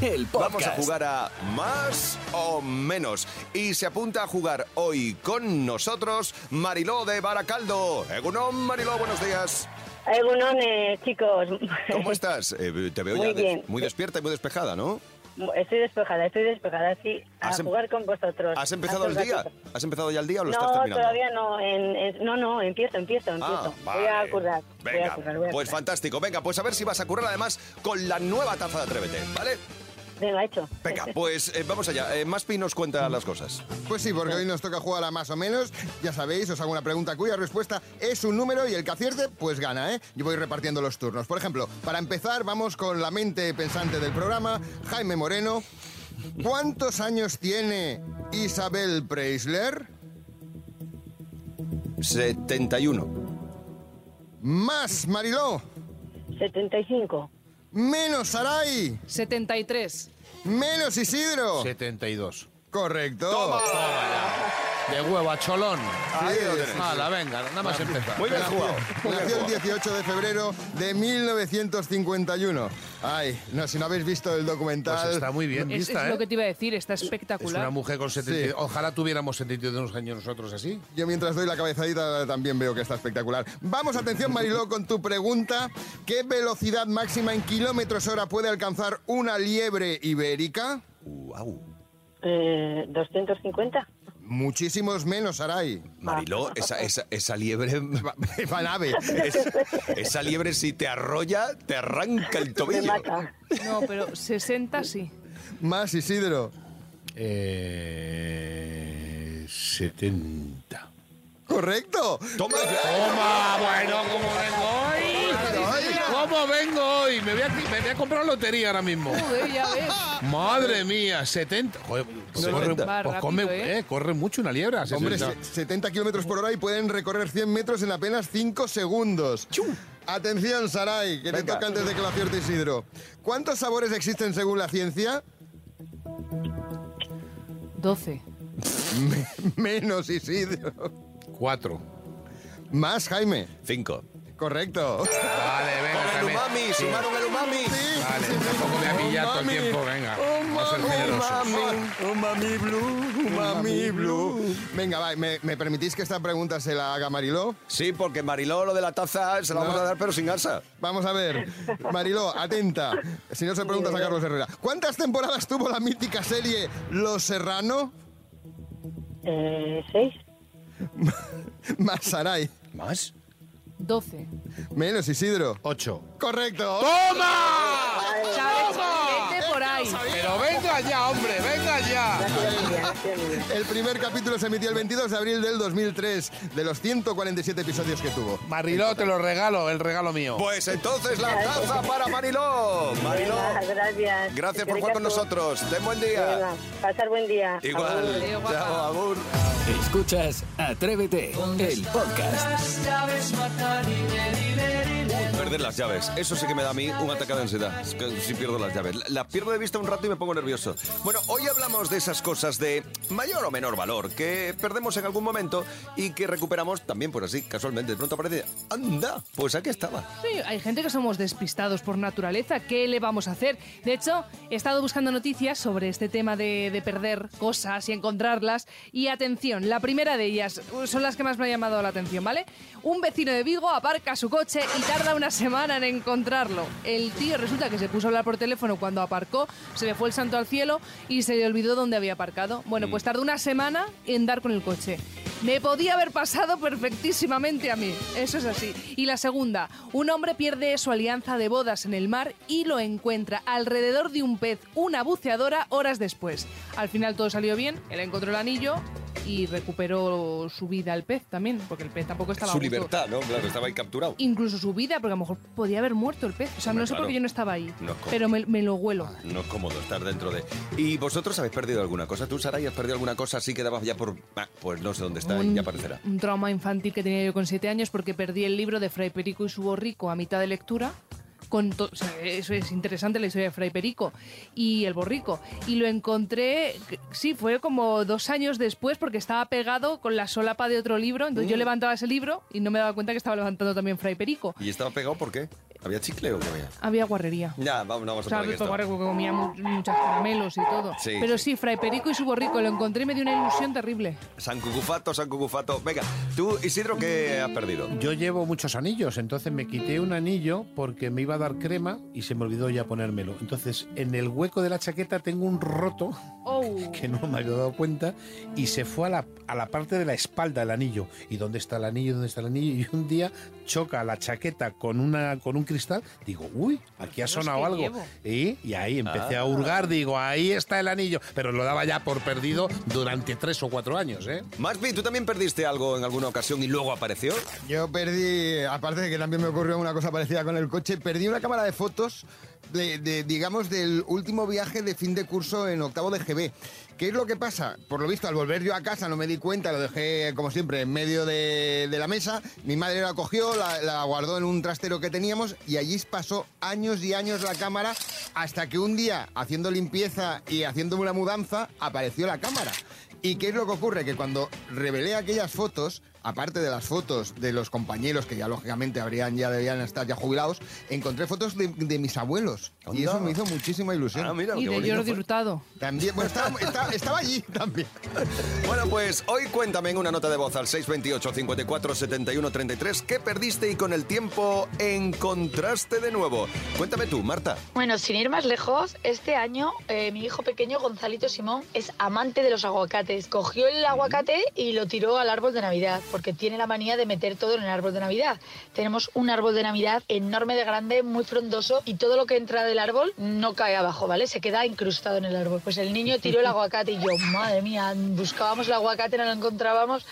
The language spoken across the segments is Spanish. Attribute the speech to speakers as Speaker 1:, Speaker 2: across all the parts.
Speaker 1: el podcast.
Speaker 2: Vamos a jugar a más o menos. Y se apunta a jugar hoy con nosotros Mariló de Baracaldo. Egunon, Mariló, buenos días.
Speaker 3: Egunones, eh, chicos.
Speaker 2: ¿Cómo estás? Eh, te veo
Speaker 3: Muy
Speaker 2: ya des-
Speaker 3: bien.
Speaker 2: muy despierta y muy despejada, ¿no?
Speaker 3: Estoy despejada, estoy despejada, sí, a
Speaker 2: Has em-
Speaker 3: jugar con vosotros.
Speaker 2: ¿Has empezado
Speaker 3: Hace
Speaker 2: el
Speaker 3: un
Speaker 2: día?
Speaker 3: ratito.
Speaker 2: ¿Has empezado ya el día o lo
Speaker 3: No,
Speaker 2: estás terminando? Ah,
Speaker 3: todavía no, en- en- no, no, empiezo, empiezo, empiezo. Voy a
Speaker 2: vale.
Speaker 3: currar, voy
Speaker 2: Venga,
Speaker 3: a currar, voy a
Speaker 2: pues
Speaker 3: currar.
Speaker 2: fantástico. Venga, pues a ver si vas a currar además con la nueva taza de Atrévete, ¿vale?
Speaker 3: Venga, hecho.
Speaker 2: Venga, pues eh, vamos allá. Eh, Maspi nos cuenta las cosas.
Speaker 4: Pues sí, porque hoy nos toca jugar a más o menos. Ya sabéis, os hago una pregunta cuya respuesta es un número y el que acierte, pues gana, ¿eh? Yo voy repartiendo los turnos. Por ejemplo, para empezar, vamos con la mente pensante del programa, Jaime Moreno. ¿Cuántos años tiene Isabel Preisler?
Speaker 2: 71.
Speaker 4: Más Mariló,
Speaker 3: 75.
Speaker 4: menos Saray,
Speaker 5: 73.
Speaker 4: menos Isidro.
Speaker 6: 72.
Speaker 4: Correcto.
Speaker 6: De huevo a cholón.
Speaker 4: Ahí lo
Speaker 6: Sí, Mala, venga, nada más empezar.
Speaker 2: Muy bien
Speaker 4: Nació-
Speaker 2: jugado. Muy bien
Speaker 4: Nació el
Speaker 2: jugado.
Speaker 4: 18 de febrero de 1951. Ay, no, si no habéis visto el documental.
Speaker 6: Pues está muy bien
Speaker 5: Es,
Speaker 6: vista,
Speaker 5: es
Speaker 6: ¿eh?
Speaker 5: lo que te iba a decir, está
Speaker 6: Es una
Speaker 5: espectacular.
Speaker 6: mujer con 72. Ojalá tuviéramos 72 años nosotros así.
Speaker 4: Yo mientras doy la cabezadita también veo que está espectacular. Vamos, atención Mariló, con tu pregunta. ¿Qué velocidad máxima en kilómetros hora puede alcanzar una liebre ibérica?
Speaker 6: Uh,
Speaker 2: Guau.
Speaker 3: Eh, 250.
Speaker 4: Muchísimos menos, Aray.
Speaker 2: Mariló, esa, esa, esa liebre.
Speaker 4: Van ave.
Speaker 2: es- esa liebre, si te arrolla, te arranca el
Speaker 3: Me
Speaker 2: tobillo.
Speaker 3: mata.
Speaker 5: No, pero 60 sí.
Speaker 4: Más Isidro.
Speaker 6: Eh, 70.
Speaker 4: Correcto.
Speaker 2: Toma.
Speaker 6: ¡Toma! Bueno, ¿cómo vengo hoy? ¿Cómo vengo hoy? Me voy a, me voy a comprar lotería ahora mismo.
Speaker 5: Joder, ya ves.
Speaker 6: Madre mía, 70. Joder, pues
Speaker 2: 70.
Speaker 6: corre, pues
Speaker 5: Va rápido,
Speaker 6: come-
Speaker 5: ¿eh?
Speaker 6: eh, corre mucho una liebra.
Speaker 4: Hombre,
Speaker 6: 70.
Speaker 4: se- 70 kilómetros por hora y pueden recorrer 100 metros en apenas 5 segundos. Atención, Saray, que te
Speaker 2: Venga.
Speaker 4: toca antes de que lo acierte Isidro. ¿Cuántos sabores existen según la ciencia?
Speaker 5: 12.
Speaker 4: Menos Isidro.
Speaker 6: Cuatro.
Speaker 4: Más Jaime.
Speaker 2: Cinco.
Speaker 4: Correcto.
Speaker 6: Vale, venga.
Speaker 2: Con el
Speaker 6: Carmen.
Speaker 2: umami,
Speaker 6: Sí.
Speaker 2: sumaron el umami.
Speaker 6: Vale, tampoco me ha pillado todo el tiempo, venga. Vamos a ser generosos.
Speaker 4: Umami blue, umami blue. Venga, va, ¿me, me permitís que esta pregunta se la haga Mariló?
Speaker 2: Sí, porque Mariló lo de la taza se la vamos a dar, pero sin gasa.
Speaker 4: Vamos a ver, Mariló, atenta. Si no se preguntas a Carlos Herrera. ¿Cuántas temporadas tuvo la mítica serie Los Serrano?
Speaker 3: Eh, 6.
Speaker 4: Más Saray,
Speaker 6: ¿Más?
Speaker 5: 12.
Speaker 4: menos Isidro.
Speaker 6: Ocho.
Speaker 4: Correcto.
Speaker 6: ¡Toma! Este
Speaker 5: ¿Sabes? Vete por ahí.
Speaker 6: Pero venga ya, hombre, venga ya.
Speaker 4: El primer capítulo se emitió el 22 de abril del 2003, de los 147 episodios que tuvo.
Speaker 6: Mariló, te lo regalo, el regalo mío.
Speaker 2: Pues entonces la taza para Mariló. Mariló,
Speaker 3: Gracias.
Speaker 2: gracias por jugar con nosotros. Ten buen día.
Speaker 3: Venga, pasar buen día. Agur.
Speaker 2: Igual.
Speaker 5: Adiós, guapa.
Speaker 2: Chao, agur.
Speaker 1: Escuchas Atrévete, el podcast.
Speaker 2: Perder las llaves. Eso sí que me da a mí un ataque de ansiedad. Es que Si pierdo las llaves. La- Las pierdo de vista un rato y me pongo nervioso. Bueno, hoy hablamos de esas cosas de mayor o menor valor que perdemos en algún momento y que recuperamos también, pues así, casualmente. De pronto aparece, anda, pues aquí estaba.
Speaker 5: Sí, hay gente que somos despistados por naturaleza. ¿Qué le vamos a hacer? De hecho, he estado buscando noticias sobre este tema de, de perder cosas y encontrarlas. Y atención, la primera de ellas uh, son las que más me ha llamado la atención, ¿vale? Un vecino de Vigo aparca su coche y tarda una semana en encontrarlo. El tío resulta que se puso a hablar por teléfono cuando aparcó, se le fue el santo al cielo y se le olvidó dónde había aparcado. Bueno,
Speaker 2: Mm.
Speaker 5: pues tardó una semana en dar con el coche. Me podía haber pasado perfectísimamente a mí. Eso es así. Y la segunda, un hombre pierde su alianza de bodas en el mar y lo encuentra alrededor de un pez, una buceadora, horas después. Al final todo salió bien, él encontró el anillo, y recuperó su vida al pez también, porque el pez tampoco estaba a
Speaker 2: Su
Speaker 5: gusto.
Speaker 2: libertad, ¿no? Claro, estaba ahí capturado.
Speaker 5: Incluso su vida, porque a lo mejor podía haber muerto el pez. O sea,
Speaker 2: Hombre,
Speaker 5: no sé por
Speaker 2: claro.
Speaker 5: qué yo no estaba ahí,
Speaker 2: No es como-
Speaker 5: pero me, me lo huelo.
Speaker 2: No es cómodo estar dentro de... ¿Y vosotros habéis perdido alguna cosa? ¿Tú, Saray, has perdido alguna cosa así que dabas ya por... Ah, pues no sé dónde está,
Speaker 5: un,
Speaker 2: ya aparecerá.
Speaker 5: un trauma infantil que tenía yo con siete años porque perdí el libro de Fray Perico y su borrico a mitad de lectura. Con to- o sea, eso es interesante la historia de Fray Perico y el borrico. Y lo encontré, que- sí, fue como dos años después porque estaba pegado con la solapa de otro libro. Entonces
Speaker 2: Mm.
Speaker 5: yo levantaba ese libro y no me daba cuenta que estaba levantando también Fray Perico.
Speaker 2: ¿Y estaba pegado por qué? ¿Había chicle o qué había?
Speaker 5: Había guarrería.
Speaker 2: Ya, vamos, no vamos
Speaker 5: O
Speaker 2: a
Speaker 5: sea,
Speaker 2: poner que
Speaker 5: me
Speaker 2: estaba.
Speaker 5: tocó que comía mu- muchos caramelos y todo.
Speaker 2: Sí,
Speaker 5: Pero
Speaker 2: sí.
Speaker 5: sí, Fray Perico y su borrico lo encontré y me dio una ilusión terrible.
Speaker 2: San Cucufato, San Cucufato. Venga, tú, Isidro, ¿qué has perdido?
Speaker 7: Yo llevo muchos anillos, entonces me quité un anillo porque me iba a dar crema y se me olvidó ya ponérmelo. Entonces, en el hueco de la chaqueta tengo un roto
Speaker 5: Oh.
Speaker 7: que no me había dado cuenta y se fue a la, a la parte de la espalda el anillo. ¿Y dónde está el anillo? ¿Dónde está el anillo? Y un día choca la chaqueta con, una, con un cristal. Digo, uy, aquí ha
Speaker 5: Los que
Speaker 7: sonado algo.
Speaker 5: llevo.
Speaker 7: Y, y ahí empecé
Speaker 5: Ah.
Speaker 7: a hurgar, digo, ahí está el anillo. Pero lo daba ya por perdido durante tres o cuatro años, ¿eh?
Speaker 2: Maspi, ¿tú también perdiste algo en alguna ocasión y luego apareció?
Speaker 4: Yo perdí, aparte de que también me ocurrió una cosa parecida con el coche, perdí una cámara de fotos, de, de, digamos, del último viaje de fin de curso en octavo de GB. ¿Qué es lo que pasa? Por lo visto, al volver yo a casa no me di cuenta, lo dejé, como siempre, en medio de, de la mesa. Mi madre la cogió, la, la guardó en un trastero que teníamos y allí pasó años y años la cámara hasta que un día, haciendo limpieza y haciendo una mudanza, apareció la cámara. ¿Y qué es lo que ocurre? Que cuando revelé aquellas fotos, aparte de las fotos de los compañeros que ya lógicamente habrían ya debían estar ya jubilados, encontré fotos de, de mis abuelos. Y eso me hizo muchísima ilusión.
Speaker 2: Ah, mira,
Speaker 5: Y
Speaker 2: qué
Speaker 5: de
Speaker 2: bonito
Speaker 5: Jordi
Speaker 2: fue.
Speaker 5: Hurtado.
Speaker 4: También, bueno, estaba, estaba- estaba allí también.
Speaker 2: Bueno, pues hoy cuéntame en una nota de voz al 628 54 71 33 qué perdiste y con el tiempo encontraste de nuevo. Cuéntame tú, Marta.
Speaker 8: Bueno, sin ir más lejos, este año eh, mi hijo pequeño, Gonzalito Simón, es amante de los aguacates. Cogió el aguacate y lo tiró al árbol de Navidad, porque tiene la manía de meter todo en el árbol de Navidad. Tenemos un árbol de Navidad enorme de grande, muy frondoso, y todo lo que entra del árbol no cae abajo, ¿vale? Se queda incrustado en el árbol. Pues el niño tiró el aguacate y yo, madre mía, buscábamos el aguacate, no lo encontrábamos.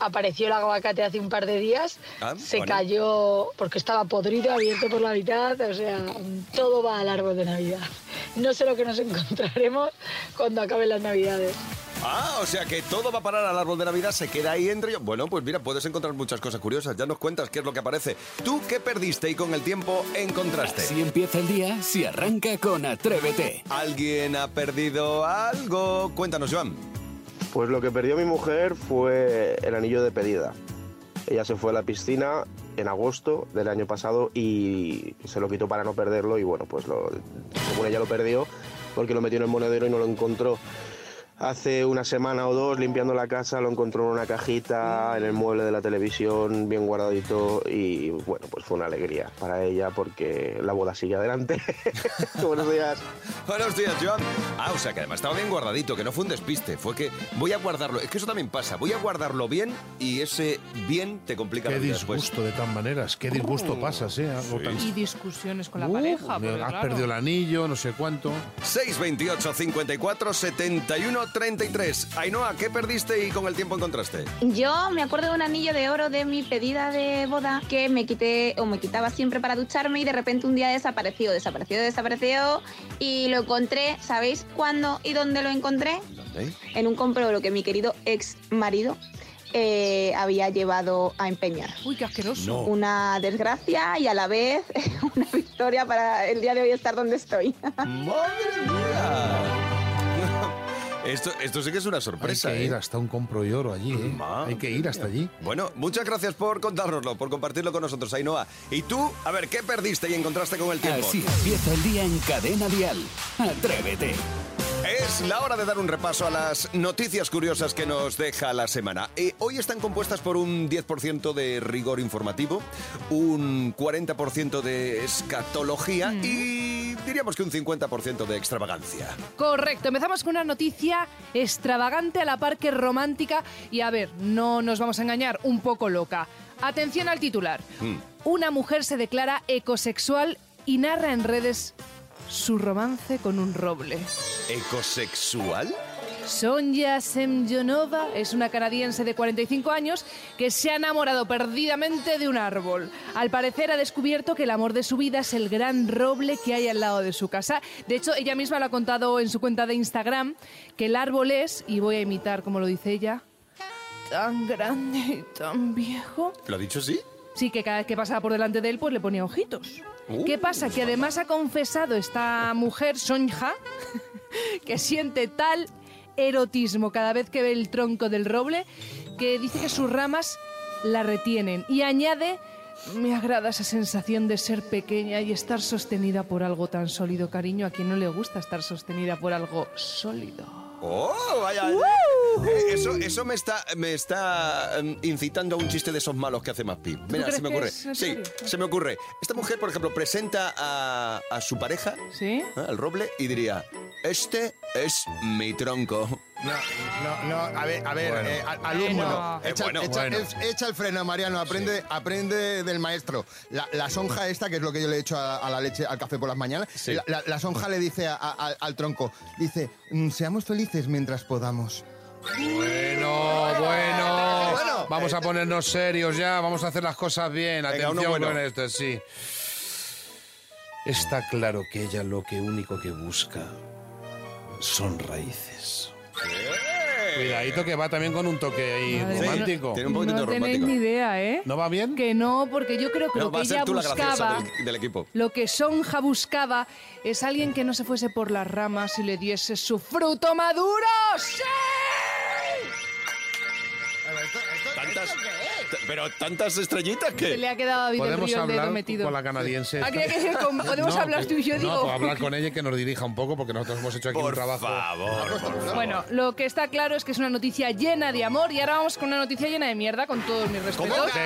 Speaker 8: Apareció el aguacate hace un par de días,
Speaker 2: Ah,
Speaker 8: se
Speaker 2: bueno.
Speaker 8: cayó yo, porque estaba podrido, abierto por la mitad, o sea, todo va al árbol de Navidad. No sé lo que nos encontraremos cuando acaben las Navidades.
Speaker 2: Ah, o sea que todo va a parar al árbol de Navidad, se queda ahí entre ellos. Bueno, pues mira, puedes encontrar muchas cosas curiosas. Ya nos cuentas qué es lo que aparece. Tú qué perdiste y con el tiempo encontraste.
Speaker 1: Si empieza el día, si arranca con Atrévete.
Speaker 2: ¿Alguien ha perdido algo? Cuéntanos, Joan.
Speaker 9: Pues lo que perdió mi mujer fue el anillo de pedida. Ella se fue a la piscina en agosto del año pasado y se lo quitó para no perderlo y bueno, pues lo, según ella lo perdió porque lo metió en el monedero y no lo encontró. Hace una semana o dos limpiando la casa lo encontró en una cajita, en el mueble de la televisión, bien guardadito y bueno, pues fue una alegría para ella porque la boda sigue adelante. Buenos días.
Speaker 2: Buenos días, Joan. Ah, o sea que además estaba bien guardadito, que no fue un despiste, fue que voy a guardarlo. Es que eso también pasa, voy a guardarlo bien y ese bien te complica
Speaker 7: Qué
Speaker 2: la vida después.
Speaker 7: disgusto de tan maneras, qué disgusto pasas, ¿eh? Algo tan-
Speaker 5: Uh. Y discusiones con la
Speaker 7: Uh,
Speaker 5: pareja. porque,
Speaker 7: has
Speaker 5: claro,
Speaker 7: perdido el anillo, no sé cuánto.
Speaker 2: 628 54 71 33. Ainhoa, ¿qué perdiste y con el tiempo encontraste?
Speaker 10: Yo me acuerdo de un anillo de oro de mi pedida de boda que me quité o me quitaba siempre para ducharme y de repente un día desapareció, desapareció, desapareció y lo encontré. ¿Sabéis cuándo y dónde lo encontré?
Speaker 2: ¿Dónde?
Speaker 10: En un compro que mi querido ex marido eh, había llevado a empeñar.
Speaker 5: Uy, qué asqueroso.
Speaker 7: No.
Speaker 10: Una desgracia y a la vez una victoria para el día de hoy estar donde estoy.
Speaker 2: ¡Madre mía! Esto, esto sí que es una
Speaker 7: Hay
Speaker 2: sorpresa,
Speaker 7: que ir
Speaker 2: ¿eh?
Speaker 7: hasta un compro y oro allí, ¿eh?
Speaker 2: Madre
Speaker 7: Hay que ir hasta allí.
Speaker 2: Bueno, muchas gracias por contárnoslo, por compartirlo con nosotros, Ainhoa. Y tú, a ver, ¿qué perdiste y encontraste con
Speaker 7: Ah,
Speaker 2: el tiempo?
Speaker 1: Así empieza el día en Cadena Dial. Atrévete.
Speaker 2: Es la hora de dar un repaso a las noticias curiosas que nos deja la semana. Eh, hoy están compuestas por un 10% de rigor informativo, un 40% de escatología
Speaker 7: Mm.
Speaker 2: y diríamos que un 50% de extravagancia.
Speaker 5: Correcto, empezamos con una noticia extravagante a la par que romántica y a ver, no nos vamos a engañar, un poco loca. Atención al titular.
Speaker 2: Mm.
Speaker 5: Una mujer se declara ecosexual y narra en redes su romance con un roble.
Speaker 2: ¿Ecosexual?
Speaker 5: Sonja Semyonova es una canadiense de 45 años que se ha enamorado perdidamente de un árbol. Al parecer ha descubierto que el amor de su vida es el gran roble que hay al lado de su casa. De hecho, ella misma lo ha contado en su cuenta de Instagram, que el árbol es, y voy a imitar como lo dice ella, tan grande y tan viejo
Speaker 2: ¿Lo ha dicho sí?
Speaker 5: Sí, que cada vez que pasaba por delante de él, pues le ponía ojitos.
Speaker 7: Uh.
Speaker 2: Uh.
Speaker 5: ¿Qué pasa? Que además ha confesado esta mujer, Sonja, que siente tal erotismo cada vez que ve el tronco del roble, que dice que sus ramas la retienen. Y añade, me agrada esa sensación de ser pequeña y estar sostenida por algo tan sólido, cariño. A quien no le gusta estar sostenida por algo sólido.
Speaker 2: ¡Oh, vaya! Eh, Eso, eso me está, me está em, incitando a un chiste de esos malos que hace más pi. Mira,
Speaker 5: crees
Speaker 2: se me
Speaker 5: que
Speaker 2: ocurre.
Speaker 5: es en
Speaker 2: Sí,
Speaker 5: serio?
Speaker 2: se me ocurre. Esta mujer, por ejemplo, presenta a, a su pareja,
Speaker 5: ¿Sí?
Speaker 2: ¿eh? al roble, y diría, este es mi tronco.
Speaker 4: No, no, no, a ver, a ver,
Speaker 2: Bueno.
Speaker 4: eh, al- alumno,
Speaker 2: Bueno.
Speaker 4: echa,
Speaker 2: Eh, bueno,
Speaker 4: echa-
Speaker 2: bueno.
Speaker 4: es- echa el freno, Mariano, aprende, aprende del maestro. La, la sonja esta, que es lo que yo le he hecho a, a la leche, al café por las mañanas,
Speaker 2: Sí.
Speaker 4: la, la- la sonja le dice a- a- al tronco, dice, "Mm, seamos felices mientras podamos.
Speaker 6: Bueno, bueno.
Speaker 4: Bueno.
Speaker 6: Vamos a ponernos serios ya, vamos a hacer las cosas bien.
Speaker 2: Venga, uno
Speaker 6: Atención
Speaker 2: bueno.
Speaker 6: con esto, sí.
Speaker 7: Está claro que ella lo que único que busca son raíces.
Speaker 6: Cuidadito que va también con un toque ahí
Speaker 5: Madre mía.
Speaker 6: romántico.
Speaker 2: Tiene un poquito
Speaker 5: no tenéis
Speaker 2: romántico.
Speaker 5: ni idea, ¿eh?
Speaker 6: ¿No va bien?
Speaker 5: Que no, porque yo creo que
Speaker 2: No,
Speaker 5: lo
Speaker 2: va
Speaker 5: que
Speaker 2: a ser
Speaker 5: ella
Speaker 2: tú la graciosa
Speaker 5: buscaba...
Speaker 2: del, del equipo.
Speaker 5: Lo que Sonja buscaba es alguien que no se fuese por las ramas y le diese su fruto maduro. ¡Sí!
Speaker 2: Tantas, t- pero tantas estrellitas
Speaker 5: Se le
Speaker 2: que...
Speaker 5: ha quedado a David el
Speaker 6: Podemos
Speaker 5: río el dedo
Speaker 6: hablar
Speaker 5: metido.
Speaker 6: con la canadiense.
Speaker 5: Aquí hay que decir con- podemos
Speaker 6: No,
Speaker 5: hablar tú y yo,
Speaker 6: no,
Speaker 5: digo.
Speaker 6: pues hablar con ella y que nos dirija un poco porque nosotros hemos hecho aquí un
Speaker 2: Por
Speaker 6: trabajo.
Speaker 2: favor, por favor.
Speaker 5: Bueno, lo que está claro es que es una noticia llena de amor y ahora vamos con una noticia llena de mierda, con todos mis respetos. Sí.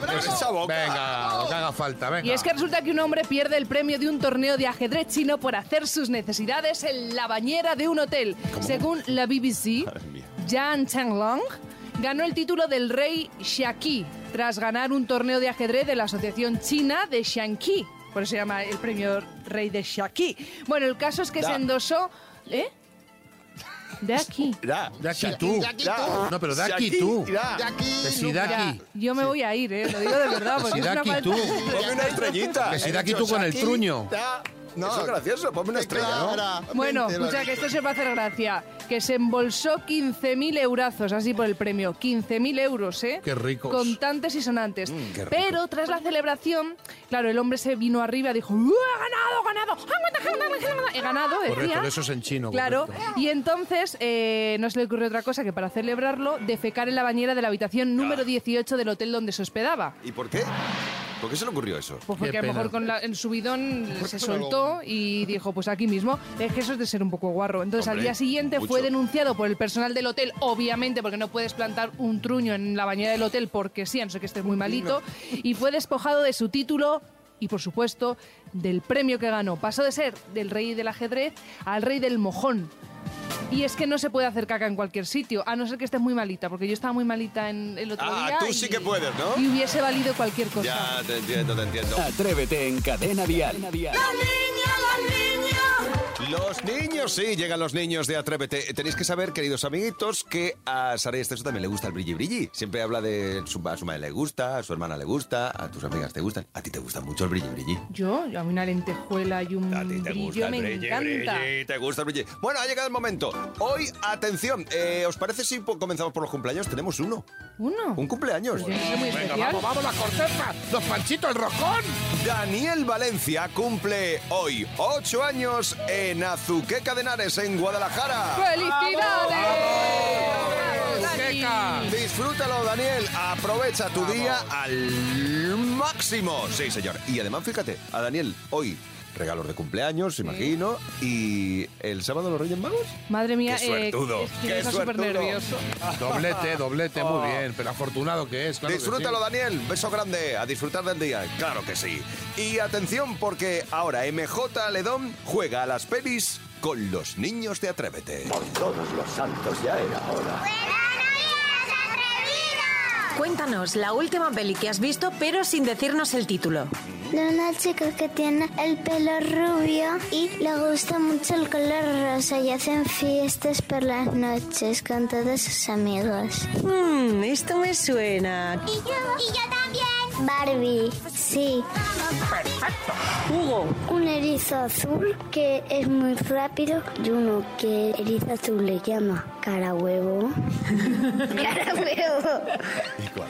Speaker 6: Venga,
Speaker 2: esa boca.
Speaker 6: venga, lo que haga falta, venga.
Speaker 5: Y es que resulta que un hombre pierde el premio de un torneo de ajedrez chino por hacer sus necesidades en la bañera de un hotel. Según la BBC, Yan Changlong ganó el título del rey Xiaqi tras ganar un torneo de ajedrez de la Asociación China de Xiangqi. Por eso se llama el premio rey de Xiaqi. Bueno, el caso es que
Speaker 2: Da.
Speaker 5: se endosó... ¿Eh? De aquí.
Speaker 2: Ya,
Speaker 7: De aquí tú.
Speaker 2: ya.
Speaker 7: No, pero de aquí
Speaker 2: Si
Speaker 7: tú.
Speaker 2: ya.
Speaker 4: De aquí,
Speaker 7: De si
Speaker 4: nunca.
Speaker 7: de aquí.
Speaker 5: Yo me voy a ir, ¿eh? Lo digo de verdad.
Speaker 7: De
Speaker 5: porque
Speaker 7: si
Speaker 5: es
Speaker 7: de
Speaker 5: una
Speaker 7: aquí
Speaker 5: falta-
Speaker 7: tú.
Speaker 2: Ponme una estrellita. Eh,
Speaker 7: Que si
Speaker 2: He
Speaker 7: de aquí
Speaker 2: dicho,
Speaker 7: tú con el
Speaker 2: "Shaki,
Speaker 7: truño".
Speaker 2: ya.
Speaker 4: No.
Speaker 2: Eso es gracioso, ponme una estrella, ¿no?
Speaker 4: Claramente
Speaker 5: Bueno,
Speaker 4: lo
Speaker 5: escucha,
Speaker 4: dice.
Speaker 5: que esto se va a hacer gracia. Que se embolsó 15.000 eurazos, así por el premio. 15.000 euros, ¿eh?
Speaker 7: Qué ricos. Mm,
Speaker 5: Contantes y sonantes. Pero tras la celebración, claro, el hombre se vino arriba, dijo, "Uh, ¡he ganado, ganado! He ganado, decía.
Speaker 7: Correcto, eso es en chino.
Speaker 5: Claro,
Speaker 7: correcto.
Speaker 5: y entonces eh, no se le ocurrió otra cosa que para celebrarlo defecar en la bañera de la habitación número 18 del hotel donde se hospedaba.
Speaker 2: ¿Y por qué? ¿Por qué se le ocurrió eso?
Speaker 5: Pues
Speaker 7: Qué
Speaker 5: porque a lo
Speaker 7: pena.
Speaker 5: mejor con la- el subidón se
Speaker 4: eso no lo-
Speaker 5: soltó y dijo, pues aquí mismo. Es que eso es de ser un poco guarro. Entonces al
Speaker 2: Hombre,
Speaker 5: día siguiente
Speaker 2: mucho.
Speaker 5: fue denunciado por el personal del hotel, obviamente, porque no puedes plantar un truño en la bañera del hotel porque sí, a no ser que estés muy malito. Y fue despojado de su título y, por supuesto, del premio que ganó. Pasó de ser del rey del ajedrez al rey del mojón. Y es que no se puede hacer caca en cualquier sitio, a no ser que estés muy malita, porque yo estaba muy malita en el otro
Speaker 2: Ah,
Speaker 5: día.
Speaker 2: tú
Speaker 5: y-
Speaker 2: sí que puedes, ¿no?
Speaker 5: Y hubiese valido cualquier cosa. Ah,
Speaker 2: Ya te entiendo, te entiendo.
Speaker 1: Atrévete en Cadena Dial.
Speaker 2: Los niños, sí, llegan los niños de Atrévete. Tenéis que saber, queridos amiguitos, que a Sara Esteso también le gusta el brilli brilli. Siempre habla de su, a su madre le gusta, a su hermana le gusta, a tus amigas te gustan. A ti te gusta mucho el brilli brilli.
Speaker 5: Yo, a mí una lentejuela y un
Speaker 2: A ti te gusta
Speaker 5: brillo
Speaker 2: el
Speaker 5: me
Speaker 2: brilli,
Speaker 5: encanta.
Speaker 2: brilli, te gusta el brilli. Bueno, ha llegado el momento. Hoy, atención, eh, ¿os parece si po- comenzamos por los cumpleaños? Tenemos uno,
Speaker 5: Uno.
Speaker 2: un cumpleaños.
Speaker 5: Pues yo no soy muy
Speaker 6: Venga,
Speaker 5: especial.
Speaker 6: vamos, vamos, la corteza. Los panchitos, el roscón.
Speaker 2: Daniel Valencia cumple hoy 8 años en Azuqueca de Henares, en Guadalajara.
Speaker 5: ¡Felicidades! Dani!
Speaker 6: Seca.
Speaker 2: Disfrútalo, Daniel. Aprovecha tu día al máximo. Sí, señor. Y además, fíjate, a Daniel hoy regalos de cumpleaños, imagino. Y el sábado los Reyes Magos.
Speaker 5: Madre mía,
Speaker 2: Qué
Speaker 5: eh,
Speaker 2: suertudo,
Speaker 5: es que
Speaker 2: qué
Speaker 5: me está súper
Speaker 2: suertudo.
Speaker 5: nervioso.
Speaker 6: Doblete, doblete, muy bien. Pero afortunado que es, claro que sí.
Speaker 2: Ah. Disfrútalo, Daniel. Beso grande. A disfrutar del día. Claro que sí. Y atención, porque ahora MJ Ledón juega a las pelis con los niños de Atrévete.
Speaker 11: Por todos los santos ya era hora. Cuéntanos la última peli que has visto, pero sin decirnos el título.
Speaker 12: De una chica que tiene el pelo rubio y le gusta mucho el color rosa y hacen fiestas por las noches con todos sus amigos.
Speaker 11: Mmm, esto me suena.
Speaker 12: Y yo, y yo también. Barbie, sí. Perfecto. Hugo. Un erizo azul que es muy rápido y uno que erizo azul le llama cara huevo. cara huevo.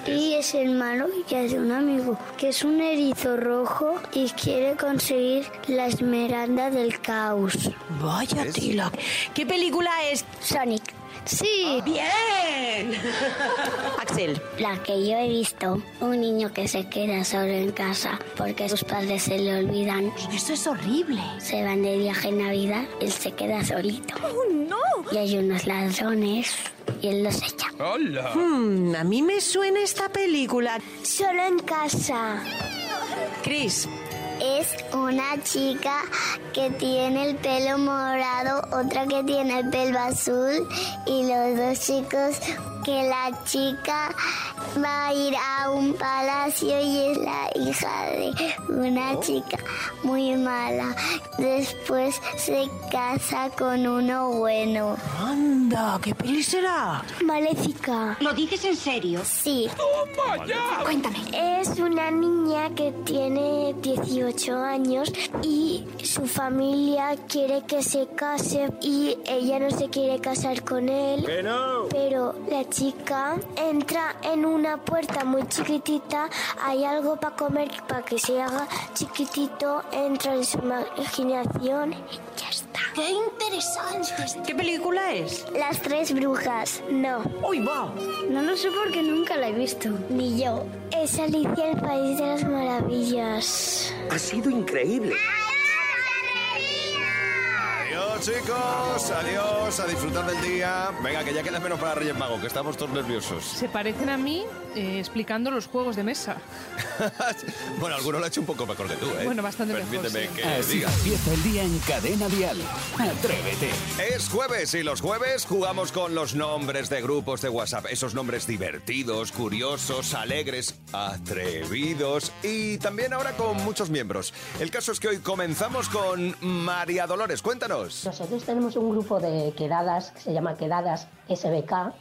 Speaker 12: Y es el malo y es un amigo que es un erizo rojo y quiere conseguir la esmeralda del caos.
Speaker 11: Vaya tila. ¿Qué película es? Ah,
Speaker 12: Sonic. Sí.
Speaker 11: Bien. Axel.
Speaker 12: La que yo he visto, un niño que se queda solo en casa porque sus padres se le olvidan.
Speaker 11: Eso es horrible.
Speaker 12: Se van de viaje en Navidad, él se queda solito.
Speaker 11: ¡Oh, no!
Speaker 12: Y hay unos ladrones y él los echa.
Speaker 6: ¡Hola!
Speaker 11: Hmm, a mí me suena esta película.
Speaker 12: Solo en casa.
Speaker 11: Chris.
Speaker 12: Es una chica que tiene el pelo morado, otra que tiene el pelo azul y los dos chicos que la chica va a ir a un palacio y es la hija de una chica muy mala. Después se casa con uno bueno.
Speaker 11: Anda, ¿qué peli será?
Speaker 12: Maléfica.
Speaker 11: ¿Lo dices en serio?
Speaker 12: Sí.
Speaker 6: ¡Toma ya!
Speaker 11: Cuéntame.
Speaker 12: Es una niña que tiene 18 años y su familia quiere que se case y ella no se quiere casar con él. Pero la chica entra en una puerta muy chiquitita, hay algo para comer para que se haga chiquitito, entra en su imaginación y ya está.
Speaker 11: ¡Qué interesante! ¿Qué película es?
Speaker 12: Las tres brujas, no.
Speaker 11: ¡Uy, va!
Speaker 12: No lo sé porque nunca la he visto. Ni yo. Es Alicia el País de las Maravillas.
Speaker 13: Ha sido increíble.
Speaker 2: Adiós, chicos. Adiós. A disfrutar del día. Venga, que ya queda menos para Reyes Mago, que estamos todos nerviosos.
Speaker 5: Se parecen a mí eh, explicando los juegos de mesa.
Speaker 2: bueno, alguno lo ha hecho un poco mejor que tú, ¿eh?
Speaker 5: Bueno, bastante mejor,
Speaker 2: Permíteme
Speaker 5: sí.
Speaker 2: que
Speaker 1: Así
Speaker 2: diga.
Speaker 1: empieza el día en Cadena Dial. Atrévete.
Speaker 2: Es jueves y los jueves jugamos con los nombres de grupos de WhatsApp. Esos nombres divertidos, curiosos, alegres, atrevidos y también ahora con muchos miembros. El caso es que hoy comenzamos con María Dolores. Cuéntanos.
Speaker 14: Nosotros tenemos un grupo de quedadas que se llama Quedadas SBK,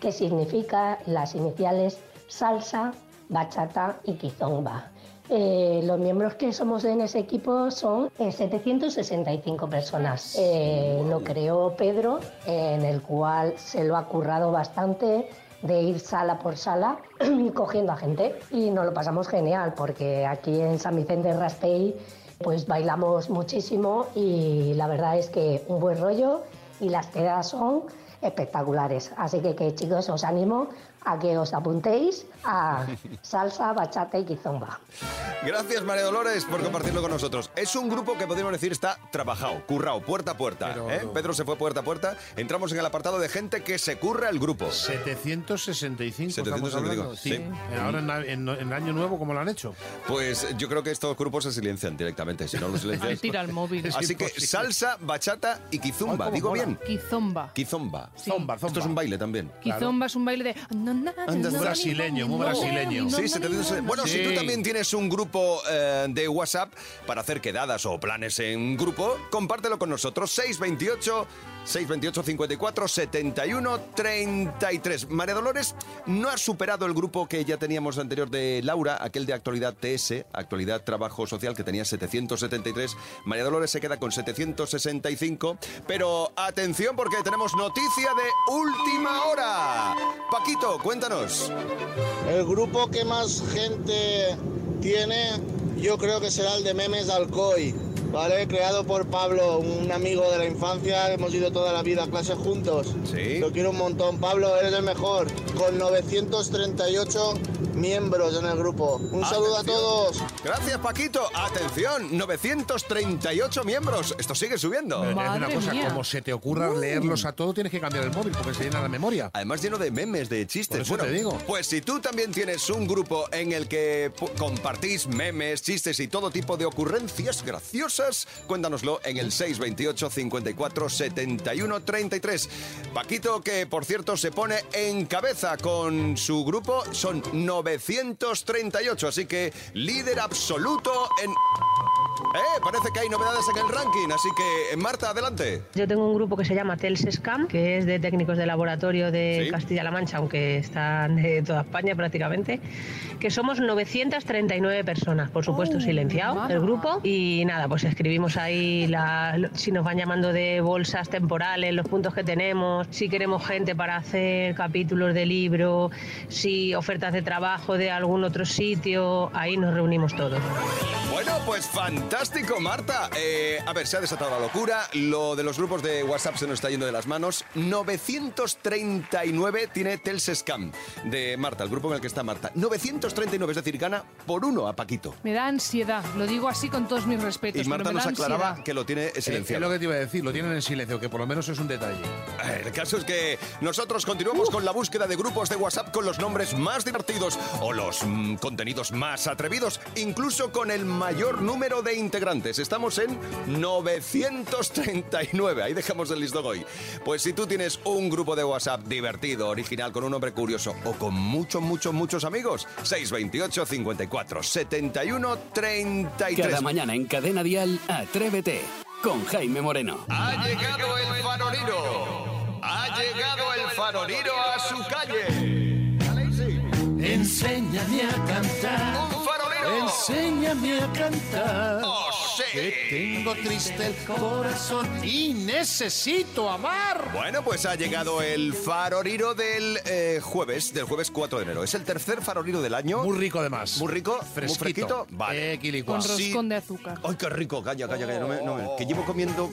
Speaker 14: que significa las iniciales salsa, bachata y kizomba. Eh, los miembros que somos en ese equipo son eh, 765 personas. Eh, lo creó Pedro, en el cual se lo ha currado bastante de ir sala por sala cogiendo a gente y nos lo pasamos genial porque aquí en San Vicente de Raspey pues bailamos muchísimo y la verdad es que un buen rollo y las quedas son espectaculares. Así que, que, chicos os animo a que os apuntéis a salsa, bachata y quizomba.
Speaker 2: Gracias, María Dolores, por compartirlo con nosotros. Es un grupo que podríamos decir está trabajado, currado, puerta a puerta. ¿eh? Pedro se fue puerta a puerta. Entramos en el apartado de gente que se curra el grupo.
Speaker 5: eh,
Speaker 7: 765, estamos
Speaker 2: 765,
Speaker 7: hablando.
Speaker 2: sí.
Speaker 7: Eh, Ahora en, en- en año nuevo, ¿cómo lo han hecho?
Speaker 2: Pues yo creo que estos grupos se silencian directamente, si no los silencian.
Speaker 5: Le tira el móvil.
Speaker 2: Así que salsa, bachata y kizumba.
Speaker 7: Ay, cómo
Speaker 2: Digo
Speaker 7: mola.
Speaker 2: bien.
Speaker 5: Kizomba.
Speaker 2: Kizomba.
Speaker 7: Zomba, zomba.
Speaker 2: Esto es un baile también.
Speaker 5: Kizomba es un baile de...
Speaker 7: Anda, muy brasileño, muy brasileño.
Speaker 2: Sí, se te dice- Bueno, si tú
Speaker 7: Sí.
Speaker 2: también tienes un grupo eh, de WhatsApp para hacer quedadas o planes en grupo, compártelo con nosotros. 628 628 54 71 33. María Dolores no ha superado el grupo que ya teníamos anterior de Laura, aquel de actualidad TS, actualidad trabajo social que tenía 773. María Dolores se queda con 765, pero atención porque tenemos noticia de última hora. Paquito, cuéntanos.
Speaker 15: El grupo que más gente tiene, yo creo que será el de memes de Alcoy, ¿vale? Creado por Pablo, un amigo de la infancia, hemos ido toda la vida a clases juntos.
Speaker 2: Sí.
Speaker 15: Lo quiero un montón, Pablo, eres el mejor, con 938 miembros en el grupo. Un saludo a
Speaker 2: Ah, Atención.
Speaker 15: todos.
Speaker 2: Gracias, Paquito. Atención, 938 miembros. Esto sigue subiendo.
Speaker 7: Pero es una cosa,
Speaker 5: mía. Uh.
Speaker 7: como se te ocurra leerlos a todos, tienes que cambiar el móvil porque se llena la memoria.
Speaker 2: Además lleno de memes, de chistes.
Speaker 7: Por eso te digo.
Speaker 2: Pues si tú también tienes un grupo en el que pu- compartís memes, chistes y todo tipo de ocurrencias graciosas, dudas? Cuéntanoslo en el 628 54 71 33. Paquito, que por cierto se pone en cabeza con su grupo, son 938, así que líder absoluto en... Eh, parece que hay novedades en el ranking, así que eh, Marta, adelante.
Speaker 13: Yo tengo un grupo que se llama Telsescam, que es de técnicos de laboratorio de
Speaker 2: Sí.
Speaker 13: Castilla-La Mancha, aunque están de toda España prácticamente, que somos 939 personas, por supuesto
Speaker 16: Oh,
Speaker 13: silenciado
Speaker 16: madre.
Speaker 13: el grupo. Y nada, pues escribimos ahí la- lo- si nos van llamando de bolsas temporales, los puntos que tenemos, si queremos gente para hacer capítulos de libro, si ofertas de trabajo de algún otro sitio, ahí nos reunimos todos.
Speaker 2: Bueno, pues fantástico, Marta. Eh, a ver, se ha desatado la locura. Lo de los grupos de WhatsApp se nos está yendo de las manos. 939 tiene Telsescam de Marta, el grupo en el que está Marta. 939, es decir, gana por uno a Paquito.
Speaker 5: Me da ansiedad, lo digo así con todos mis respetos.
Speaker 2: Y Marta
Speaker 5: pero me
Speaker 2: nos
Speaker 5: da
Speaker 2: aclaraba
Speaker 5: ansiedad.
Speaker 2: que lo tiene silenciado.
Speaker 7: Eh, Es lo que te iba a decir, lo tienen en silencio, que por lo menos es un detalle.
Speaker 2: Eh, El caso es que nosotros continuamos con la búsqueda de grupos de WhatsApp con los nombres más divertidos o los mm, contenidos más atrevidos, incluso con el mayor número de integrantes. Estamos en 939. Ahí dejamos el listón hoy. Pues si tú tienes un grupo de WhatsApp divertido, original, con un nombre curioso o con muchos, muchos, muchos amigos, 628 54 71 33.
Speaker 1: Cada mañana en Cadena Dial, Atrévete con Jaime Moreno.
Speaker 2: Ha llegado el farolino. Ha llegado el farolino a su calle.
Speaker 17: Enséñame a cantar.
Speaker 2: Un farolero.
Speaker 17: Enséñame a cantar.
Speaker 7: Oh,
Speaker 17: Que tengo triste el corazón y necesito amar.
Speaker 2: Bueno, pues ha llegado el faroriro del eh, jueves, del jueves 4 de enero. Es el tercer faroriro del año. Muy
Speaker 7: rico además.
Speaker 2: Muy rico,
Speaker 7: Fresquito.
Speaker 2: muy fresquito. Vale.
Speaker 5: Con
Speaker 2: Sí.
Speaker 5: roscón de azúcar.
Speaker 2: Ay, qué rico, calla, calla, calla. No me- no me- que llevo comiendo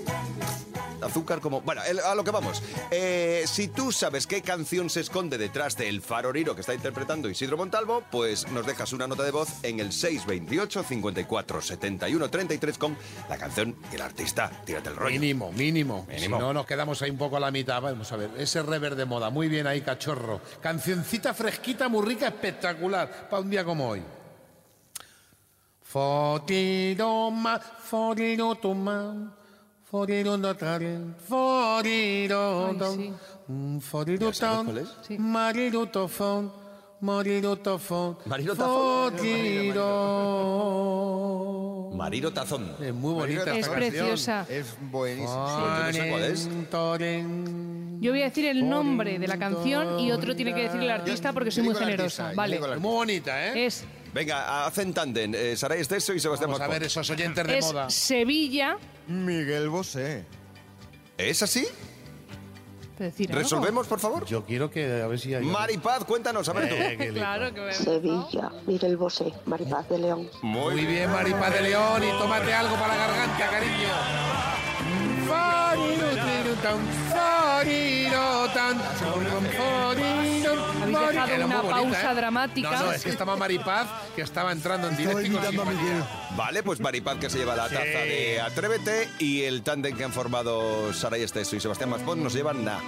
Speaker 2: azúcar como... Bueno, el- a lo que vamos. Eh, si tú sabes qué canción se esconde detrás del faroriro que está interpretando Isidro Montalvo, pues nos dejas una nota de voz en el 628 54 71 33 con la canción y el artista. Tírate el rollo.
Speaker 7: Mínimo, mínimo.
Speaker 2: Mínimo.
Speaker 7: Si no, nos quedamos ahí un poco a la mitad. Vamos a ver, ese rever de moda. Muy bien ahí, cachorro. Cancioncita fresquita, muy rica, espectacular. Para un día como hoy. Fotiroma, forirotoma, forirototare, forirotom, mm, forirotom, marirotofon, marirotofon,
Speaker 2: Marirotofon.
Speaker 7: fotiró.
Speaker 2: Mariro Tazón.
Speaker 7: Es muy bonita
Speaker 5: Es
Speaker 7: esta
Speaker 5: preciosa.
Speaker 7: canción.
Speaker 4: Es buenísima.
Speaker 7: Ah,
Speaker 2: Porque Pues no sé cuál es.
Speaker 5: Yo voy a decir el nombre de la canción y otro tiene que decir el artista porque soy muy generosa. Vale.
Speaker 7: Muy bonita, ¿eh?
Speaker 5: Es,
Speaker 2: Venga, hacen tándem. Eh, Saray Esteso y Sebastián
Speaker 7: Vamos a
Speaker 2: Pascual.
Speaker 7: ver esos oyentes de
Speaker 5: es
Speaker 7: moda.
Speaker 5: Sevilla.
Speaker 4: Miguel Bosé.
Speaker 2: ¿Es así?
Speaker 5: Te decir algo.
Speaker 2: ¿Resolvemos, por favor?
Speaker 7: Yo quiero que a ver si hay.
Speaker 2: Maripaz, cuéntanos, a ver tú.
Speaker 5: Claro que me
Speaker 18: Sevilla, Miguel Bosé, Maripaz de León.
Speaker 2: Muy,
Speaker 7: bien, Maripaz de León, y tómate algo para la garganta, cariño. Forirotirotam, forirotam, forirom, forirom,
Speaker 5: Habéis
Speaker 7: fori-
Speaker 5: dejado
Speaker 7: Era muy
Speaker 5: una
Speaker 7: bonita,
Speaker 5: pausa
Speaker 7: ¿eh?
Speaker 5: dramática.
Speaker 7: No, no, es que estaba Maripaz, que estaba entrando en directo. y con sinfonía.
Speaker 2: Vale, pues Maripaz que se lleva la
Speaker 7: Sí.
Speaker 2: taza de Atrévete y el tándem que han formado Saray Esteso y Sebastián Maspón nos llevan na.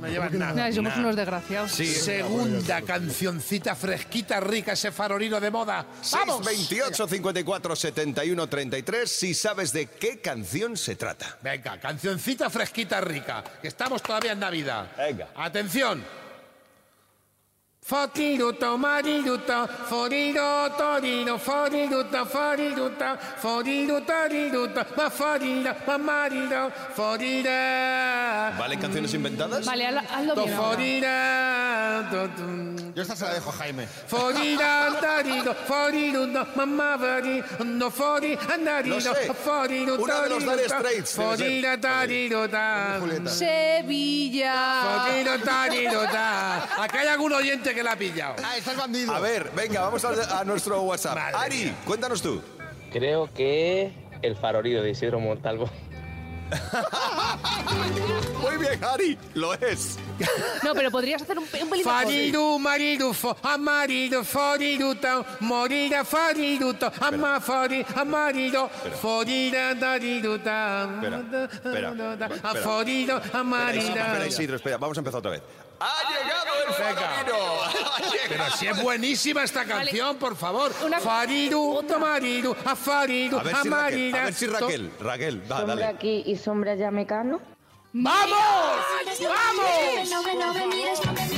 Speaker 7: No llevas nada.
Speaker 5: Nah, somos
Speaker 7: nada.
Speaker 5: unos desgraciados.
Speaker 7: Segunda cancioncita fresquita, rica, ese farorino de moda. ¡Vamos!
Speaker 2: 28 54 71 33 si sabes de qué canción se trata.
Speaker 7: Venga, cancioncita fresquita rica, que estamos todavía en Navidad. Venga. Atención. Foriruto, mariruto, foriro, toriro, foriruto, foriruto, foriro, toriruto, ma foriro, ma mariro, forira.
Speaker 2: ¿Vale canciones inventadas?
Speaker 5: Vale, hazlo, hazlo
Speaker 7: To
Speaker 5: bien. ahora.
Speaker 7: forira, to tum.
Speaker 4: Yo esta se la dejo a Jaime.
Speaker 7: Forira, andarido, forirundo, mamá, vari, no fori, andarido,
Speaker 4: Lo sé.
Speaker 7: foriruto,
Speaker 4: Una de los Dire Straits, debe ser.
Speaker 7: Forira, tarido, ta.
Speaker 5: Sevilla. Ah.
Speaker 7: Forira, tarido, ta. Acá hay algún oyente que la ha pillado.
Speaker 4: Ah, estás bandido.
Speaker 2: A ver, venga, vamos a, a nuestro WhatsApp. Ari, cuéntanos tú.
Speaker 19: Creo que el farolío de Isidro Montalvo.
Speaker 2: Muy bien, Ari, lo es.
Speaker 5: No, pero podrías hacer un, pe- un pelín mejor.
Speaker 7: Fariru, mariru, fo, amarido, foriruto, morira, fariruto, ama, fori, amarido, forira, dariruta.
Speaker 2: Espera, espera,
Speaker 7: A foriro,
Speaker 2: Espera, Isidro,
Speaker 7: amarira.
Speaker 2: espera, Isidro, espera, vamos a empezar otra vez. ¡Ha llegado el farolino!
Speaker 6: Pero si es buenísima esta
Speaker 2: Vale.
Speaker 6: canción, por favor.
Speaker 2: Una-
Speaker 6: Fariru, tamariru, afariru,
Speaker 2: A ver si Raquel, a
Speaker 6: amarira.
Speaker 2: ver si Raquel, Raquel, va,
Speaker 16: sombra
Speaker 2: Ah, dale.
Speaker 16: aquí y sombra ya mecano.
Speaker 6: ¡Vamos!
Speaker 16: ¡Vamos!
Speaker 6: ¡Vamos!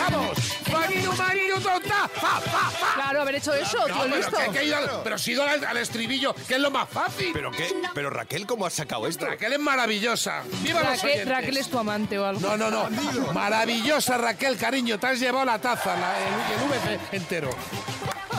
Speaker 6: ¡Vamos! ¡Mariru, mariru, tonta! ¡Fa, fa, fa!
Speaker 5: Claro, haber hecho eso,
Speaker 6: No,
Speaker 5: tío,
Speaker 6: pero
Speaker 5: listo.
Speaker 6: que- que he ido al- pero si he ido al, al estribillo, que es lo más fácil.
Speaker 2: ¿Pero qué? ¿Pero Raquel cómo ha sacado esto?
Speaker 6: Raquel es maravillosa. ¡Viva los
Speaker 5: Raquel,
Speaker 6: oyentes!
Speaker 5: Raquel es tu amante o algo.
Speaker 6: No, no, no. Maravillosa Raquel, cariño. Te has llevado la taza, la- el, el VP entero.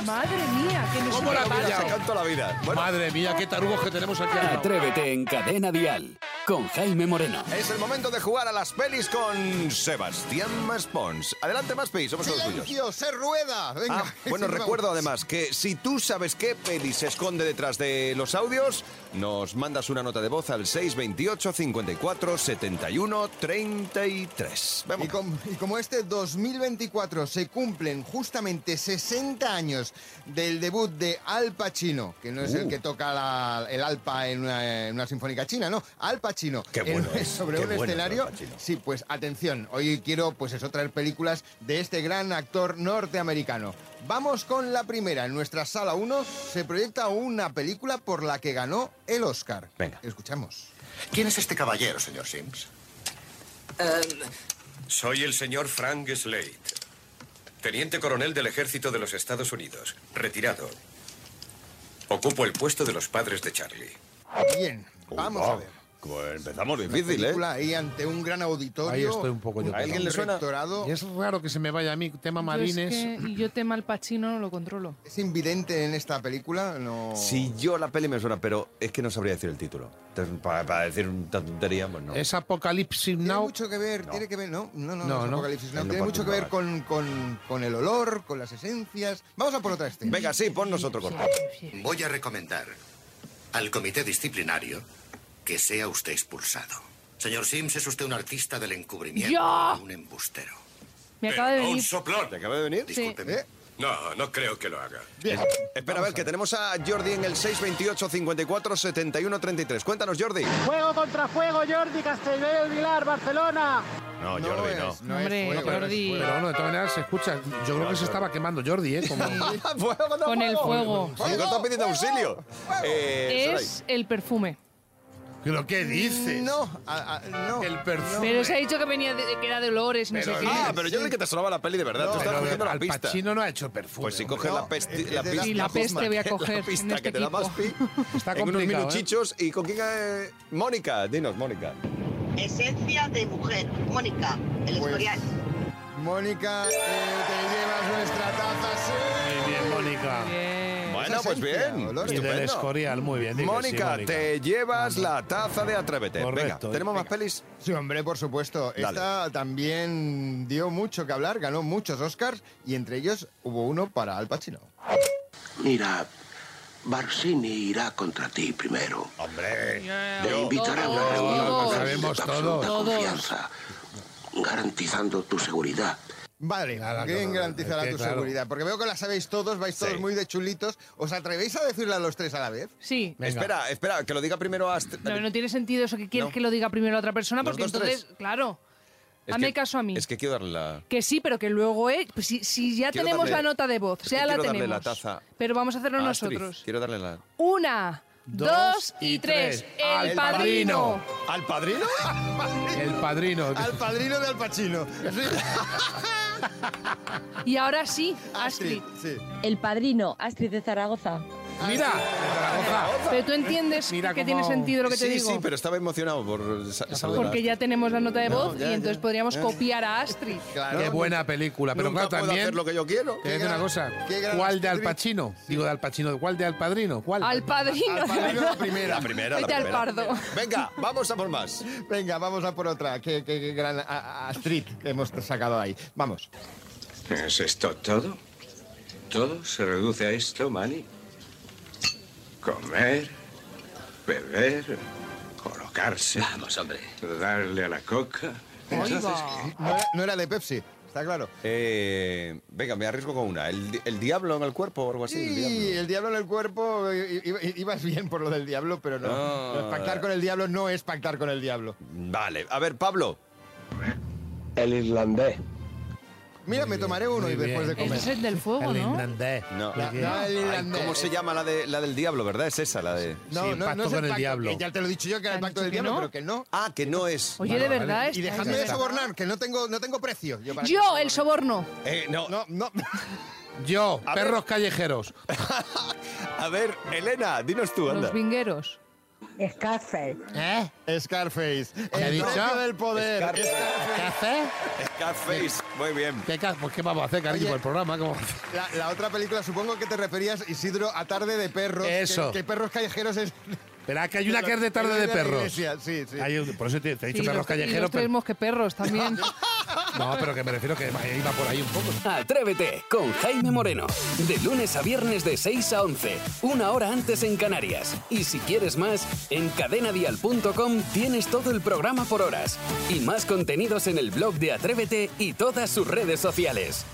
Speaker 5: Madre mía, que nos
Speaker 6: ¿Cómo la has
Speaker 5: prepara.
Speaker 6: pillado?
Speaker 2: la vida.
Speaker 6: Madre mía, qué tarugos que tenemos aquí. al lado.
Speaker 1: Atrévete en Cadena Dial con Jaime Moreno.
Speaker 2: Es el momento de jugar a las pelis con Sebastián Maspons. Adelante, Maspi, somos todos tuyos.
Speaker 4: ¡Silencio! ¡Se rueda! Venga.
Speaker 2: Ah, bueno,
Speaker 4: Sí, vamos.
Speaker 2: recuerdo además que si tú sabes qué peli se esconde detrás de los audios, nos mandas una nota de voz al 628 54 71 33.
Speaker 4: Y, com- y como este 2024 se cumplen justamente 60 años del debut de Al Pacino, que no es
Speaker 2: Uh.
Speaker 4: el que toca la- el alpa en una, en una sinfónica china, no, Al Pacino.
Speaker 2: Qué
Speaker 4: en-
Speaker 2: bueno es,
Speaker 4: sobre
Speaker 2: qué
Speaker 4: un
Speaker 2: bueno es Al
Speaker 4: escenario.
Speaker 2: Pacino.
Speaker 4: Sí, pues atención, hoy quiero pues eso, traer películas de este gran actor norteamericano. Vamos con la primera. En nuestra sala 1 se proyecta una película por la que ganó el Oscar. Venga. Escuchamos.
Speaker 20: ¿Quién es este caballero, señor Sims?
Speaker 21: Soy el señor Frank Slade, teniente coronel del ejército de los Estados Unidos, retirado. Ocupo el puesto de los padres de Charlie.
Speaker 2: Oh,
Speaker 4: Bien, vamos a ver.
Speaker 2: empezamos ¿eh?
Speaker 4: Una película ahí ante un gran auditorio.
Speaker 7: Ahí estoy un poco yo.
Speaker 4: rectorado.
Speaker 7: Es raro que se me vaya a mí, tema
Speaker 5: Yo es
Speaker 7: marines.
Speaker 5: que- y yo tema al pachino no lo controlo.
Speaker 4: Es invidente en esta película, no...
Speaker 2: Si yo la peli me suena, pero es que no sabría decir el título. Entonces, Para, para decir una tontería, pues no.
Speaker 7: Es Apocalipsis Now.
Speaker 4: Mucho que ver, tiene que ver, no, no, no,
Speaker 7: No,
Speaker 4: no es
Speaker 7: no.
Speaker 4: Apocalipsis Now.
Speaker 7: Él no
Speaker 4: tiene mucho que ver
Speaker 7: participa.
Speaker 4: con, con- con el olor, con las esencias. Vamos a por otra este.
Speaker 2: Venga, sí, ponnos otro corte.
Speaker 20: Voy a recomendar al comité disciplinario que sea usted expulsado. Señor Sims, es usted un artista del encubrimiento,
Speaker 5: ¡Ya!
Speaker 20: un embustero.
Speaker 5: Me acaba de venir.
Speaker 2: soplón. ¿Te acaba de venir?
Speaker 5: Sí.
Speaker 7: ¿Eh?
Speaker 21: No, no creo que lo haga.
Speaker 2: Espera, a ver, que tenemos a Jordi en el 628 54 71 33. Cuéntanos, Jordi.
Speaker 22: Fuego contra fuego, Jordi, Castellbell, del Vilar, Barcelona.
Speaker 2: No, Jordi, no.
Speaker 7: Hombre,
Speaker 5: fuego, no Jordi.
Speaker 7: Pero bueno, de todas maneras se escucha. Yo creo que se estaba quemando Jordi, ¿eh? Como...
Speaker 5: Con el fuego.
Speaker 2: Yo está pidiendo auxilio. Eh,
Speaker 5: Es el perfume.
Speaker 7: ¿Pero qué dices?
Speaker 4: No, a- a- no.
Speaker 7: El perfume.
Speaker 5: Pero se ha dicho que venía de- que era de olores, no sé qué.
Speaker 2: ah, pero yo creí que te sonaba la peli de verdad. Tú estabas cogiendo la pista.
Speaker 7: Pacino no ha hecho perfume.
Speaker 2: Pues si coges la, peste,
Speaker 7: es
Speaker 2: la
Speaker 7: de
Speaker 2: pista.
Speaker 7: la La peste
Speaker 5: voy a
Speaker 2: que-
Speaker 5: coger
Speaker 2: La pista
Speaker 5: en este
Speaker 2: que te da
Speaker 5: equipo.
Speaker 2: más pi.
Speaker 7: Está
Speaker 2: en unos
Speaker 7: complicado, ¿eh?
Speaker 2: minuchichos. ¿Y con quién? eh, Mónica, dinos, Mónica.
Speaker 23: Esencia de mujer, Mónica, el historial.
Speaker 4: Pues, Mónica, eh, te llevas nuestra taza, sí.
Speaker 7: Muy bien, Mónica.
Speaker 2: Bueno, pues bien.
Speaker 7: Y
Speaker 2: estupendo.
Speaker 7: del Escorial, muy bien. dile que sí,
Speaker 2: Mónica, te llevas la taza de Atrévete.
Speaker 7: Correcto. eh.
Speaker 2: Venga, ¿tenemos más pelis?
Speaker 4: Sí, hombre, por supuesto.
Speaker 2: Dale.
Speaker 4: Esta también dio mucho que hablar, ganó muchos Oscars y entre ellos hubo uno para Al Pacino.
Speaker 24: Mira, Barsini irá contra ti primero.
Speaker 2: Hombre,
Speaker 24: te invitará a una
Speaker 7: Todos,
Speaker 24: reunión
Speaker 7: todos.
Speaker 24: con alguien de
Speaker 7: Sabemos
Speaker 24: tu absoluta
Speaker 7: todos.
Speaker 24: confianza, garantizando tu seguridad.
Speaker 4: Vale, ¿quién
Speaker 24: claro,
Speaker 4: garantizará
Speaker 24: es que,
Speaker 4: tu
Speaker 24: claro.
Speaker 4: seguridad? Porque veo que la sabéis todos, vais todos muy de chulitos. ¿Os atrevéis a decirle a los tres a la vez?
Speaker 5: Sí.
Speaker 2: Espera, espera, que lo diga primero a... Astrid.
Speaker 5: No, no tiene sentido eso que quieres
Speaker 2: No.
Speaker 5: que lo diga primero a otra persona, porque
Speaker 2: Los dos, tres.
Speaker 5: entonces, claro,
Speaker 2: Es
Speaker 5: hazme
Speaker 2: que-
Speaker 5: caso a mí.
Speaker 2: Es que quiero darle la...
Speaker 5: Que sí, pero que luego, eh, pues si, si ya
Speaker 2: Quiero
Speaker 5: tenemos
Speaker 2: darle-
Speaker 5: la nota de voz,
Speaker 2: es que
Speaker 5: ya la
Speaker 2: quiero darle
Speaker 5: tenemos.
Speaker 2: la taza
Speaker 5: Pero vamos a hacerlo
Speaker 2: a Astrid.
Speaker 5: nosotros.
Speaker 2: Quiero darle la...
Speaker 5: Una, dos, y tres. El padrino.
Speaker 2: ¿Al padrino?
Speaker 7: El padrino.
Speaker 4: Al padrino de Al Pacino.
Speaker 5: Y ahora sí, Astrid.
Speaker 16: El padrino, Astrid de Zaragoza.
Speaker 7: Mira,
Speaker 5: Pero tú entiendes
Speaker 16: Mira
Speaker 5: que
Speaker 16: cómo-
Speaker 5: tiene sentido lo que te
Speaker 2: sí,
Speaker 5: digo.
Speaker 2: sí, pero estaba emocionado por sa- saludar.
Speaker 5: Porque ya tenemos la nota de
Speaker 2: No,
Speaker 5: voz
Speaker 2: ya,
Speaker 5: y
Speaker 2: ya.
Speaker 5: entonces podríamos copiar a Astrid.
Speaker 7: Qué buena película, pero
Speaker 2: Nunca
Speaker 7: claro,
Speaker 2: puedo
Speaker 7: también.
Speaker 2: hacer lo que yo quiero.
Speaker 7: Te digo una cosa.
Speaker 2: qué gran
Speaker 7: ¿Cuál de Al Pacino? Digo de Al Pacino. ¿Cuál de Al Padrino? ¿Cuál?
Speaker 5: Al padrino.
Speaker 4: Al padrino la primera.
Speaker 2: La primera, la
Speaker 5: Vete al
Speaker 2: primera.
Speaker 5: pardo.
Speaker 2: Venga, vamos a por más.
Speaker 4: Venga, vamos a por otra. Qué, qué- qué gran a- a- Astrid que hemos sacado ahí. Vamos.
Speaker 21: ¿Es esto todo? Todo se reduce a esto, Manny. Comer, beber, colocarse. Vamos, hombre. Darle a la coca.
Speaker 4: No era, no era de Pepsi, está claro.
Speaker 2: Eh, venga, me arriesgo con una. ¿El, di- el diablo en el cuerpo o algo así? el diablo.
Speaker 4: Sí, el diablo en el cuerpo, i- i- ibas bien por lo del diablo, pero no.
Speaker 2: No.
Speaker 4: Pactar con el diablo no es pactar con el diablo.
Speaker 2: Vale, a ver, Pablo.
Speaker 24: El irlandés.
Speaker 4: Mira, me tomaré uno y después de comer.
Speaker 5: Ese es del fuego,
Speaker 2: El
Speaker 5: ¿no?
Speaker 7: irlandés.
Speaker 2: No.
Speaker 4: La- no, el
Speaker 2: Ay,
Speaker 4: irlandés.
Speaker 2: ¿Cómo se llama la, de, la del diablo, verdad? Es esa, la de.
Speaker 4: No, no, no es pacto, que ya te lo he dicho yo que era el pacto del
Speaker 5: que
Speaker 4: diablo,
Speaker 5: no?
Speaker 4: pero que no.
Speaker 2: Ah, que no es.
Speaker 5: Oye, de verdad,
Speaker 4: Y
Speaker 5: estáis-
Speaker 4: dejadme
Speaker 5: Ya
Speaker 4: de
Speaker 5: está.
Speaker 4: sobornar, que no tengo, no tengo precio. Yo, para-
Speaker 5: Yo, el soborno.
Speaker 2: Eh, no.
Speaker 4: No, no.
Speaker 7: Yo,
Speaker 2: A ver.
Speaker 7: perros callejeros.
Speaker 2: A ver, Elena, dinos tú, anda.
Speaker 5: Los vingueros.
Speaker 4: Scarface. ¿Eh? Scarface.
Speaker 7: ¿Qué he
Speaker 4: El
Speaker 7: dicho?
Speaker 4: precio del poder.
Speaker 2: Scarface.
Speaker 7: ¿Qué hace?
Speaker 2: Scarface, muy bien.
Speaker 7: ¿Qué ca- pues, ¿qué vamos a hacer, cariño,
Speaker 4: Oye.
Speaker 7: por el programa? ¿Cómo?
Speaker 4: La, la otra película, supongo que te referías, Isidro, a Tarde de Perros.
Speaker 7: Eso.
Speaker 4: Que, que Perros Callejeros es...
Speaker 7: Verá que hay una que es de tarde de
Speaker 4: la
Speaker 7: perros.
Speaker 4: iglesia, Sí, sí.
Speaker 7: Hay un- por eso te, te he dicho
Speaker 5: Y
Speaker 7: perros
Speaker 5: los, y
Speaker 7: callejeros,
Speaker 5: los tres mosqueperros también.
Speaker 7: pero- No, pero que me refiero que iba por ahí un poco.
Speaker 1: Atrévete con Jaime Moreno. De lunes a viernes de 6 a 11. Una hora antes en Canarias. Y si quieres más, en cadenadial.com tienes todo el programa por horas. Y más contenidos en el blog de Atrévete y todas sus redes sociales.